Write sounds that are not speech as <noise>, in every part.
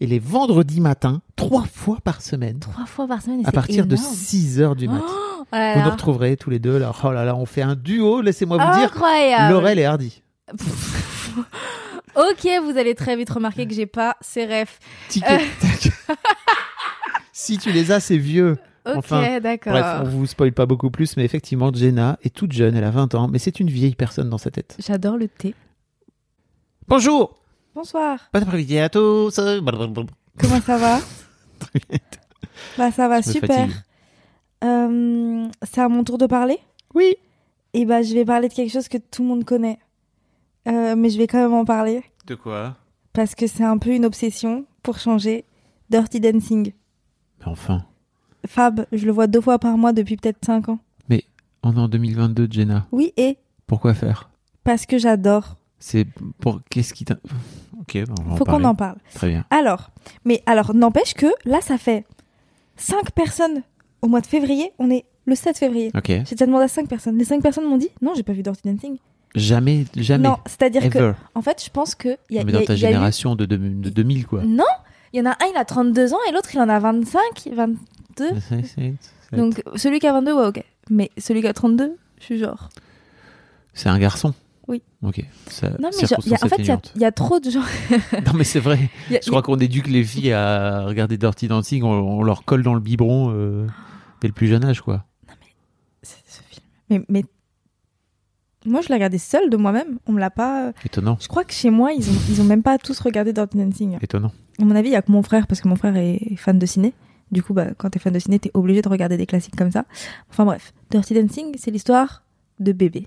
et les vendredis matins, trois fois par semaine. Trois fois par semaine. et À c'est partir de énorme. 6 heures du matin. Oh là vous là. nous Oh, retrouverez tous les deux. Là. Oh là là, on fait un duo, laissez-moi vous dire. Incroyable. Laurel et Hardy. Pff. ok, vous allez très vite remarquer que j'ai pas ces refs. Tic et tac. Euh. <laughs> si tu les as, c'est vieux. Ok, Enfin, d'accord. Bref, on vous spoil pas beaucoup plus, mais effectivement, Jenna est toute jeune, elle a 20 ans, mais c'est une vieille personne dans sa tête. J'adore le thé. Bonjour Bonsoir, Bon après-midi à tous comment ça va <laughs> Très bien. Bah ça va Je me super. fatigue. Euh, c'est à mon tour de parler Oui Et bah je vais parler de quelque chose que tout le monde connaît. Euh, mais je vais quand même en parler De quoi parce que c'est un peu une obsession pour changer. Dirty Dancing. Mais enfin, Fab, je le vois deux fois par mois depuis peut-être 5 ans. on est en 2022, Jenna. Oui, et Pourquoi faire parce que j'adore. C'est pour... Qu'est-ce qui t'a... Ok, bah, on va Faut en parler. qu'on en parle. Très bien. Alors, mais alors n'empêche que là ça fait 5 personnes au mois de février, on est le 7 février. Ok. J'ai déjà demandé à 5 personnes. Les 5 personnes m'ont dit "Non, j'ai pas vu Dirty Dancing." Jamais, jamais, Non, c'est-à-dire que ever. Ah, En fait, je pense que il y a, Mais il y a- dans ta il y a eu- génération de, deux- de 2000, quoi. Non, il y en a un, il a 32 ans et l'autre, il en a 25, 22. C'est- c'est- c'est- Donc celui qui a 22, ouais, ok. Mais celui qui a 32, je suis genre. C'est un garçon Oui. Ok. Ça, Non, mais genre, il y a- en fait, il y a- il y, a trop de gens. <laughs> Non, mais c'est vrai. il y a- Je crois qu'on éduque les filles à regarder Dirty Dancing, on, on leur colle dans le biberon euh, dès le plus jeune âge, quoi. C'est ce film. Mais, mais moi, je l'ai regardé seule de moi-même. On me l'a pas. euh, Étonnant, Je crois que chez moi, ils ont, ils ont même pas tous regardé Dirty Dancing. étonnant. À mon avis, il y a que mon frère, parce que mon frère est fan de ciné. Du coup, bah, quand t'es fan de ciné, t'es obligé de regarder des classiques comme ça. Enfin bref, Dirty Dancing, c'est l'histoire <laughs> de bébé.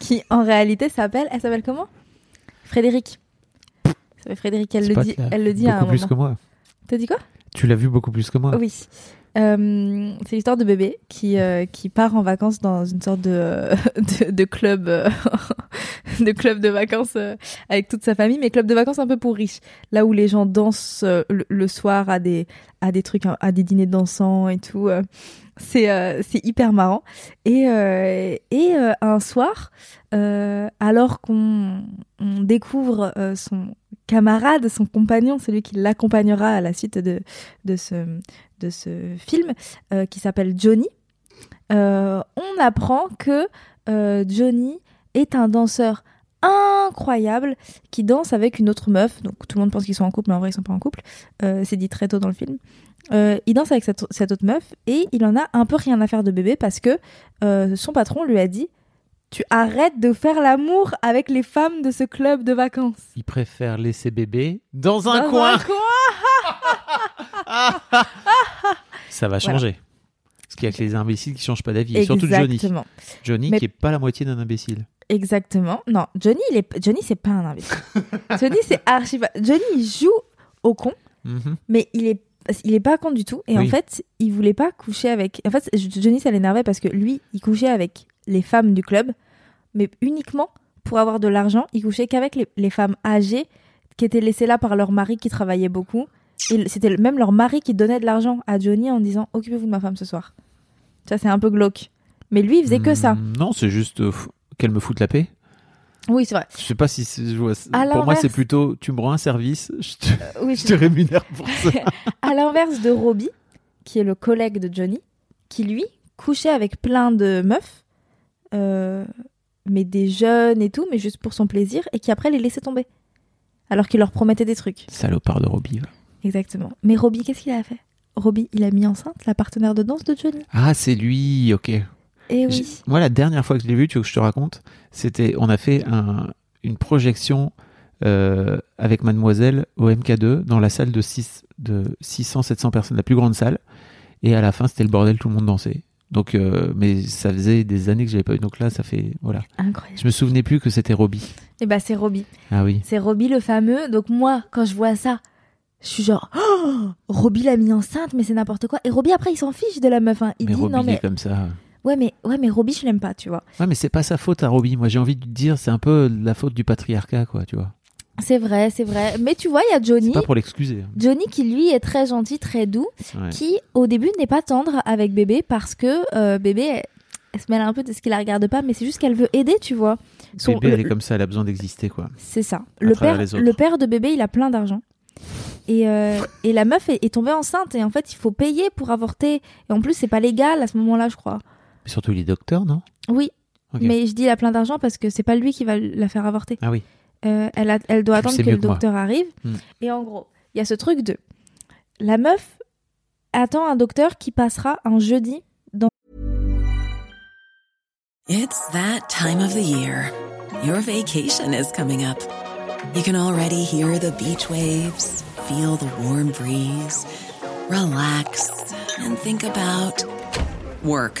qui en réalité s'appelle. Elle s'appelle comment Frédéric. Ça s'appelle Frédéric, elle C'est le, pas dit, que la- elle le dit à un beaucoup plus moment. que moi. T'as dit quoi Tu l'as vu beaucoup plus que moi. Oui. Euh, c'est l'histoire de bébé qui, euh, qui part en vacances dans une sorte de, <laughs> euh, de, de club euh, <laughs> de club de vacances euh, avec toute sa famille, mais club de vacances un peu pour riches, là où les gens dansent euh, le, le soir à des, à des trucs, hein, à des dîners dansants et tout. euh. c'est, euh, c'est hyper marrant. Et, euh, et euh, un soir, euh, alors qu'on on découvre euh, son camarade, son compagnon, celui qui l'accompagnera à la suite de, de ce, de ce film euh, qui s'appelle Johnny, euh, on apprend que euh, Johnny est un danseur incroyable qui danse avec une autre meuf. Donc tout le monde pense qu'ils sont en couple, mais en vrai ils sont pas en couple. Euh, c'est dit très tôt dans le film. Euh, il danse avec cette, cette autre meuf et il en a un peu rien à faire de bébé parce que euh, son patron lui a dit tu arrêtes de faire l'amour avec les femmes de ce club de vacances. Ah, Il préfère laisser bébé dans un Dans coin. Ça va Voilà. changer. Parce qu'il y a que les imbéciles qui changent pas d'avis. Et Surtout Johnny. Exactement. Johnny Mais- qui est pas la moitié d'un imbécile. Exactement. Non, Johnny, il est... Johnny, c'est pas un <laughs> imbécile. Johnny, c'est archi pas- Johnny, il joue au con, Mhm. mais il est, il est pas con du tout. Et en Oui. fait, il voulait pas coucher avec. En fait, Johnny, ça l'énervait parce que lui, il couchait avec les femmes du club, mais uniquement pour avoir de l'argent. Il couchait qu'avec les, les femmes âgées qui étaient laissées là par leur mari qui travaillait beaucoup. Et c'était même leur mari qui donnait de l'argent à Johnny en disant Occupez-vous de ma femme ce soir. Hmm. Ça, c'est un peu glauque. Mais lui, il faisait que ça. Mm, Non, c'est juste euh, f- qu'elle me foute la paix. Oui, c'est vrai. Je sais pas si c'est- je vois- À Pour moi, l'inverse. c'est plutôt tu me rends un service, je <laughs> te, Euh, Oui, je te rémunère pour ça. à l'inverse de Robbie, qui est le collègue de Johnny, qui lui couchait avec plein de meufs, euh, mais des jeunes et tout, mais juste pour son plaisir, et qui après les laissait tomber. Alors qu'il leur promettait des trucs. Salopard de Robbie. va. Exactement. Mais Robbie, qu'est-ce qu'il a fait Robbie, il a mis enceinte la partenaire de danse de Johnny. Ah, c'est lui, ok. Et J'ai- Eh oui. Moi, la dernière fois que je l'ai vu, tu veux que je te raconte, c'était, on a fait un- une projection euh, avec Mademoiselle au MK2 dans la salle de, six- de 600-700 personnes, la plus grande salle. Et à la fin, c'était le bordel, tout le monde dansait. Donc, euh, mais ça faisait des années que je l'avais pas eu. Donc là, ça fait voilà. Incroyable. Je me souvenais plus que c'était Robbie. Et bah, c'est Robbie. Ah oui. C'est Robbie le fameux. Donc moi, quand je vois ça, je suis genre, oh Robbie l'a mis enceinte, mais c'est n'importe quoi. Et Robbie, après, il s'en fiche de la meuf. hein. Il mais dit, Robbie, non il est mais... comme ça. Ouais, mais, ouais, mais Robbie, je l'aime pas, tu vois. Ouais, mais c'est pas sa faute à Robbie. Moi, j'ai envie de dire, c'est un peu la faute du patriarcat, quoi. Tu vois. C'est vrai, c'est vrai. Mais tu vois, il y a Johnny. C'est pas pour l'excuser. hein. Johnny qui lui est très gentil, très doux, Ouais. qui au début n'est pas tendre avec bébé parce que euh, bébé elle, elle se mêle un peu de ce qu'il la regarde pas, mais c'est juste qu'elle veut aider, tu vois. Son- Bébé, elle le- est comme ça, elle a besoin d'exister, quoi. C'est ça. Le travers père, les autres. le père de bébé, il a plein d'argent. Et, euh, <laughs> et la meuf est, est tombée enceinte et en fait il faut payer pour avorter et en plus c'est pas légal à ce moment-là je crois. Mais surtout, il est docteur, non Oui, Ok. mais je dis il a plein d'argent parce que c'est pas lui qui va la faire avorter. Ah oui. Euh, elle, a- elle doit Tu le attendre sais que mieux le que moi. docteur arrive. Hmm. Et en gros, il y a ce truc de la meuf attend un docteur qui passera un jeudi dans It's that time of the year. Your vacation is coming up. You can already hear the beach waves, feel the warm breeze, relax, and think about work.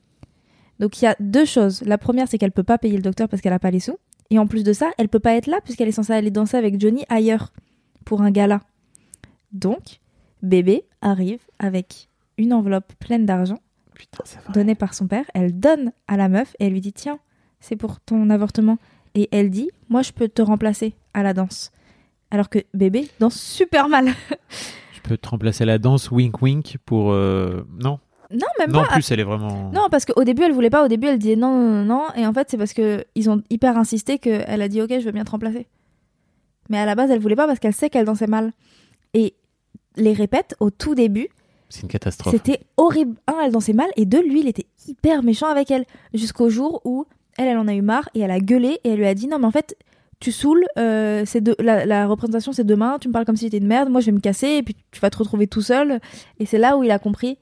Donc il y a deux choses. La première, c'est qu'elle peut pas payer le docteur parce qu'elle a pas les sous. Et en plus de ça, elle peut pas être là puisqu'elle est censée aller danser avec Johnny ailleurs pour un gala. Donc, bébé arrive avec une enveloppe pleine d'argent Putain, ça va. donnée par son père, elle donne à la meuf et elle lui dit tiens, c'est pour ton avortement. Et elle dit moi je peux te remplacer à la danse. Alors que bébé danse super mal. <laughs> Je peux te remplacer à la danse wink wink pour. euh, Non. Non même non, en pas. plus, elle est vraiment. Non parce qu'au début elle voulait pas. Au début elle disait non non non, non. et en fait c'est parce que ils ont hyper insisté qu'elle a dit ok je veux bien te remplacer. Mais à la base elle voulait pas parce qu'elle sait qu'elle dansait mal. Et les répètes au tout début C'est une catastrophe. C'était horrible. Un, elle dansait mal, et deux, lui, il était hyper méchant avec elle. Jusqu'au jour où elle, elle en a eu marre, et elle a gueulé, et elle lui a dit Non, mais en fait, tu saoules, euh, c'est de... la, la représentation c'est demain, tu me parles comme si j'étais une merde, moi je vais me casser, et puis tu vas te retrouver tout seul. Et c'est là où il a compris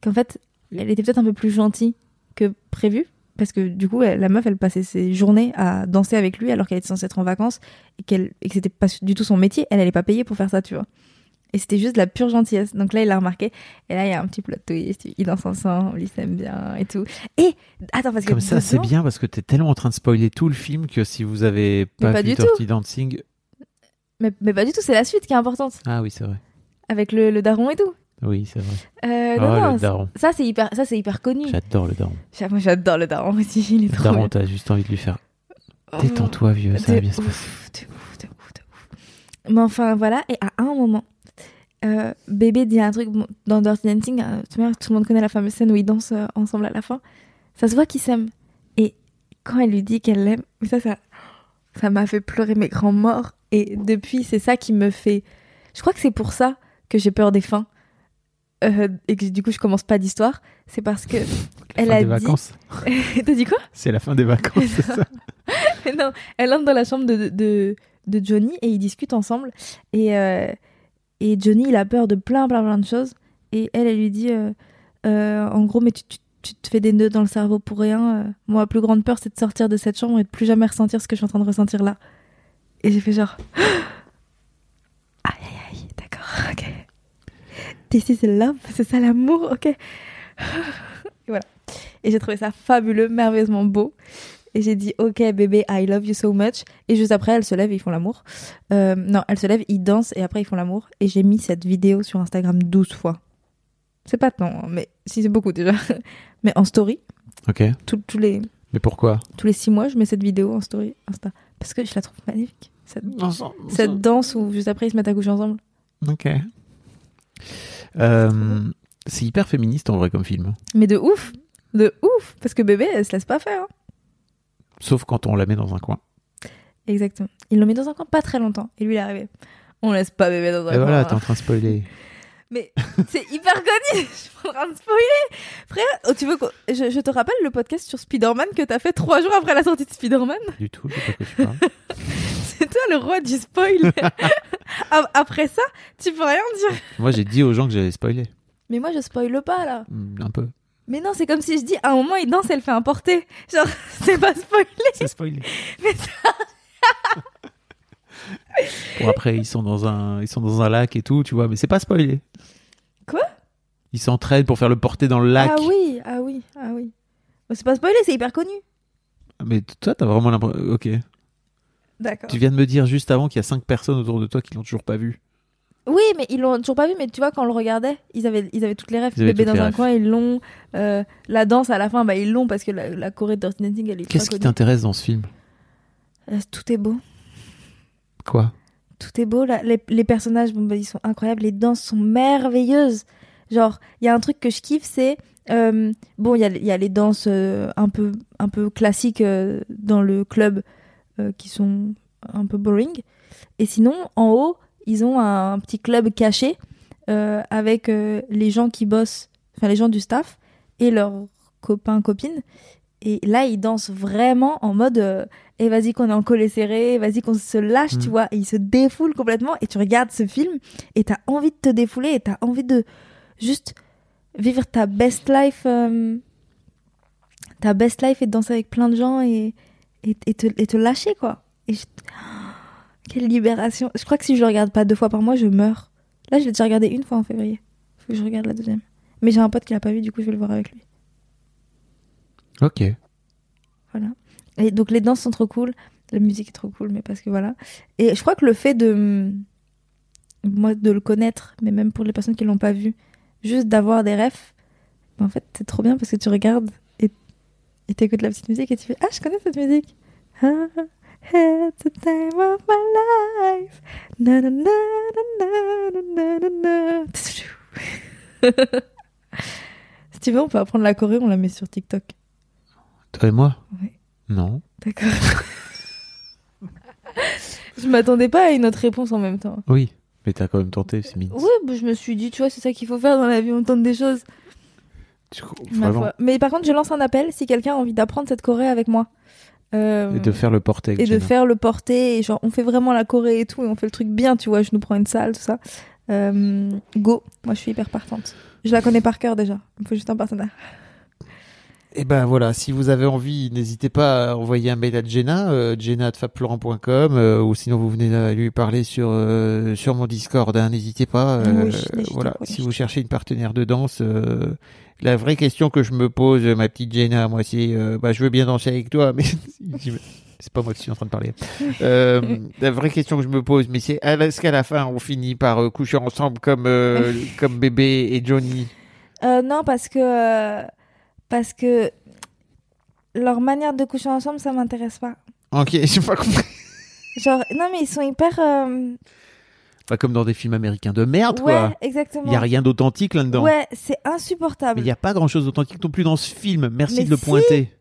qu'en fait, elle était peut-être un peu plus gentille que prévu. Parce que du coup, elle- la meuf, elle passait ses journées à danser avec lui alors qu'elle était censée être en vacances et, qu'elle et que c'était pas du tout son métier. Elle n'allait pas payer pour faire ça, tu vois. Et c'était juste de la pure gentillesse. Donc là, il l'a remarqué. Et là, il y a un petit plot twist. Ils dansent ensemble, ils s'aiment bien et tout. Et attends, parce que. Comme ça, c'est dedans- bien parce que t'es tellement en train de spoiler tout le film que si vous avez pas, pas vu du tout. Dirty Dancing. Mais, mais pas du tout, c'est la suite qui est importante. Ah oui, c'est vrai. Avec le, le daron et tout. Oui, c'est vrai. Euh, Ah, non, non, le c'est- daron. ça, c'est hyper, ça, c'est hyper connu. J'adore le daron. J'a- Moi, j'adore le daron aussi. Il est Le trop Oh. daron, t'as juste envie de lui faire. bien. Détends-toi, vieux, ça va De bien se passer. ouf, de ouf, de ouf, de ouf. Mais enfin, voilà, et à un moment, euh, bébé dit un truc bon, dans Dirty Dancing, euh, tu vois, tout le monde connaît la fameuse scène où ils dansent euh, ensemble à la fin. Ça se voit qu'ils s'aiment. Et quand elle lui dit qu'elle l'aime, mais ça, ça ça m'a fait pleurer mes grands morts. Et depuis, c'est ça qui me fait. Je crois que c'est pour ça que j'ai peur des fins. Euh, et que du coup, je commence pas d'histoire. C'est parce que. <laughs> La Elle fin a des dit- vacances. T'as dit quoi C'est la fin des <laughs> vacances, c'est ça. Mais <laughs> non, elle entre dans la chambre de, de, de Johnny et ils discutent ensemble. Et, euh, Et Johnny, il a peur de plein, plein, plein de choses. Et elle, elle lui dit, euh, euh, en gros, mais tu, tu- tu te fais des nœuds dans le cerveau pour rien. euh. Moi, ma plus grande peur, c'est de sortir de cette chambre et de plus jamais ressentir ce que je suis en train de ressentir là. Et j'ai fait genre, <gasps> aïe, aïe, aïe, d'accord, <laughs> ok. This is love, c'est ça l'amour, ok. <laughs> Et voilà. Et j'ai trouvé ça fabuleux, merveilleusement beau. Et j'ai dit, ok bébé, I love you so much. Et juste après, elle se lève et ils font l'amour. Euh, non, elle se lève, ils dansent et après ils font l'amour. Et j'ai mis cette vidéo sur Instagram 12 fois. C'est pas tant, hein, mais si c'est beaucoup déjà. <laughs> Mais en story, Ok. tout- tous les Mais pourquoi tous les six mois, je mets cette vidéo en story Insta parce que je la trouve magnifique. Cette, cette danse où juste après ils se mettent à coucher ensemble. Ok. Euh, c'est hyper féministe en vrai comme film. Mais de ouf, de ouf, parce que bébé, elle se laisse pas faire. hein. Sauf quand on la met dans un coin. Exactement. Ils l'ont mis dans un coin pas très longtemps et lui il est arrivé. On laisse pas bébé dans un Et coin. voilà, t'es en train de spoiler. Mais c'est hyper connu, <laughs> je suis en train de spoiler. Frère, oh, tu veux qu'on- je, je te rappelle le podcast sur Spider-Man que t'as fait trois jours après la sortie de Spider-Man <laughs> du tout, je sais pas de quoi tu parles. C'est toi le roi du spoil. <laughs> A- après ça, tu peux rien dire. Moi, j'ai dit aux gens que j'allais spoiler. Mais moi, je spoil pas là. Mm, Un peu. Mais non, c'est comme si je dis à un moment, il danse, elle fait un porté. Genre, <laughs> c'est pas spoiler. C'est spoilé. <laughs> Mais ça- <laughs> Bon, après, ils sont, dans un, ils sont dans un lac et tout, tu vois, mais c'est pas spoilé. Quoi Ils s'entraînent pour faire le porté dans le lac. Ah oui, ah oui, ah oui. Mais C'est pas spoiler, c'est hyper connu. Mais t- toi, t'as vraiment l'impression. Ok. D'accord. Tu viens de me dire juste avant qu'il y a 5 personnes autour de toi qui l'ont toujours pas vu. Oui, mais ils l'ont toujours pas vu. Mais tu vois, quand on le regardait, ils avaient, ils avaient toutes les rêves. Ils avaient Bébé toutes dans les un refs. coin, ils l'ont. Euh, la danse à la fin, bah, ils l'ont parce que la, la choré de Dirty Dancing, elle est Qu'est-ce qui pas connue. t'intéresse dans ce film Euh, Tout est beau. Quoi Tout est beau. là. Les, les personnages, bon, bah, ils sont incroyables. Les danses sont merveilleuses. Genre, il y a un truc que je kiffe, c'est. euh, bon, il y a, il y a les danses euh, un, peu, un peu classiques euh, dans le club euh, qui sont un peu boring. Et sinon, en haut, ils ont un, petit club caché euh, avec euh, les gens qui bossent, enfin les gens du staff et leurs copains, copines. Et là, ils dansent vraiment en mode euh, et vas-y qu'on est en collet serré, et vas-y qu'on se lâche, tu Mm. vois. Et ils se défoulent complètement. Et tu regardes ce film et t'as envie de te défouler et t'as envie de juste vivre ta best life. euh, ta best life et de danser avec plein de gens et, et, et te, et te lâcher, quoi. Et je- <gasps> quelle libération. Je crois que si je le regarde pas deux fois par mois, je meurs. Là, je l'ai déjà regardé une fois en février. Faut que je regarde la deuxième. Mais j'ai un pote qui l'a pas vu, du coup, je vais le voir avec lui. Ok. Voilà. Et donc, les danses sont trop cool. La musique est trop cool, mais parce que voilà. Et je crois que le fait de. Moi, de le connaître, mais même pour les personnes qui l'ont pas vu, juste d'avoir des refs, ben, en fait, c'est trop bien parce que tu regardes et et t'écoutes la petite musique et tu fais Ah, je connais cette musique. Ah, it's the time of my life. Na, na, na, na, na, na, na, na, <laughs> na. si tu veux, on peut apprendre la choré, on la met sur TikTok. Toi et moi Ouais. Non. D'accord. je m'attendais pas à une autre réponse en même temps. Oui. Mais t'as quand même tenté, c'est mignon. Oui, bah, je me suis dit, tu vois, c'est ça qu'il faut faire dans la vie, on tente des choses. Tu- Ma Vraiment. foi. Mais par contre, je lance un appel si quelqu'un a envie d'apprendre cette choré avec moi. Euh, Et de faire le porté avec et de Jenna. faire le porté et genre on fait vraiment la Corée et tout et on fait le truc bien tu vois je nous prends une salle tout ça Euh, go moi je suis hyper partante je la connais par cœur déjà il me faut juste un partenaire Et ben voilà, si vous avez envie, n'hésitez pas à envoyer un mail à Jenna, euh, jenna@fabflorent.com, euh, ou sinon vous venez là lui parler sur euh, sur mon Discord. hein, N'hésitez pas. euh, Oui, n'hésitez voilà, pas, si n'hésitez vous cherchez une partenaire de danse, euh, la vraie question que je me pose, euh, ma petite Jenna, moi c'est, euh, bah je veux bien danser avec toi, mais <laughs> j'im- c'est pas moi qui suis en train de <laughs> parler. Euh, la vraie question que je me pose, mais c'est à- est-ce qu'à la fin on finit par euh, coucher ensemble comme <laughs> euh, comme bébé et Johnny Euh, non parce que euh, parce que leur manière de coucher ensemble ça m'intéresse pas Ok, <laughs> j'ai pas compris. genre non mais ils sont hyper euh, Pas comme dans des films américains de merde, quoi. ouais exactement hein. Il n'y a rien d'authentique là-dedans. ouais c'est Mais insupportable il mais, n'y a pas grand-chose d'authentique non plus dans ce film. Merci Mais de le si. pointer.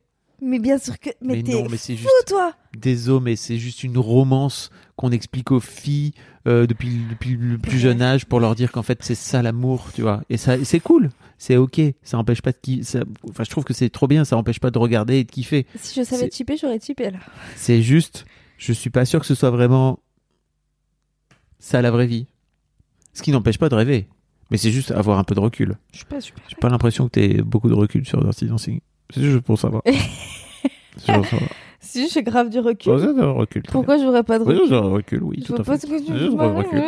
bien sûr que mais, Mais t'es non, mais c'est fou juste- toi Désolé, mais c'est juste une romance qu'on explique aux filles euh, depuis, depuis le plus jeune âge pour leur dire qu'en fait c'est ça l'amour, tu vois. Et ça, et c'est cool, c'est ok. Ça empêche pas de ki- ça- Enfin, je trouve que c'est trop bien. Ça empêche pas de regarder et de kiffer. si je savais C'est- chipper j'aurais chippé là C'est juste, je suis pas sûr que ce soit vraiment ça la vraie vie. Ce qui n'empêche pas de rêver. Mais c'est juste avoir un peu de recul. Je suis pas super. J'ai pas l'impression que t'aies beaucoup de recul sur Dirty Dancing. C'est juste pour <laughs> savoir. C'est juste pour savoir. Si je suis grave du recul. Oh, ça, t'as un recul. très Pourquoi j'aurais pas de bien. recul Oui, j'ai un recul, oui, Je tout vois à pas fait. ce que tu J'ai juste un recul.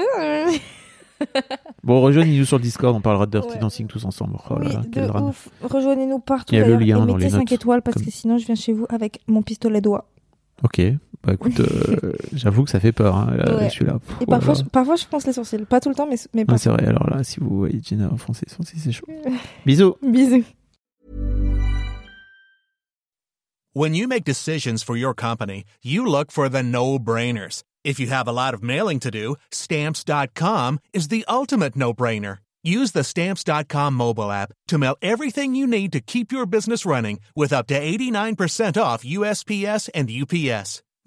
<laughs> Bon, rejoignez-nous sur le Discord, on parlera de Dirty Ouais. Dancing tous ensemble. Oh là Oui, là, quel de drame. ouf. Rejoignez-nous partout. Il y a le d'ailleurs, lien et dans mettez les 5 notes, étoiles parce comme- que sinon je viens chez vous avec mon pistolet doigt. Ok, bah <laughs> écoute, euh, j'avoue que ça fait peur, hein, là, Ouais. celui-là. Pff, Et oh là parfois, là. je, parfois je fronce les sourcils. Pas tout le temps, mais, mais Ah, parfois. c'est vrai, alors là, si vous voyez Jenna en français, français, c'est chaud. Bisous Bisous. When you make decisions for your company, you look for the no brainers. If you have a lot of mailing to do, stamps.com is the ultimate no brainer. Use the stamps.com mobile app to mail everything you need to keep your business running with up to 89% off USPS and UPS.